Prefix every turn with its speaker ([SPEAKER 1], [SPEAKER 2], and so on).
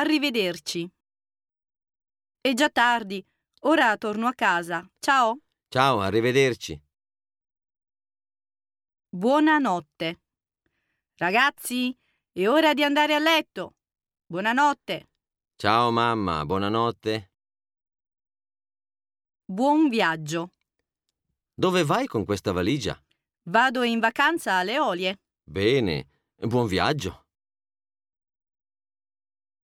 [SPEAKER 1] Arrivederci. È già tardi. Ora torno a casa. Ciao.
[SPEAKER 2] Ciao, arrivederci.
[SPEAKER 1] Buonanotte. Ragazzi, è ora di andare a letto. Buonanotte.
[SPEAKER 2] Ciao mamma, buonanotte.
[SPEAKER 1] Buon viaggio.
[SPEAKER 2] Dove vai con questa valigia?
[SPEAKER 1] Vado in vacanza alle Olie.
[SPEAKER 2] Bene, buon viaggio.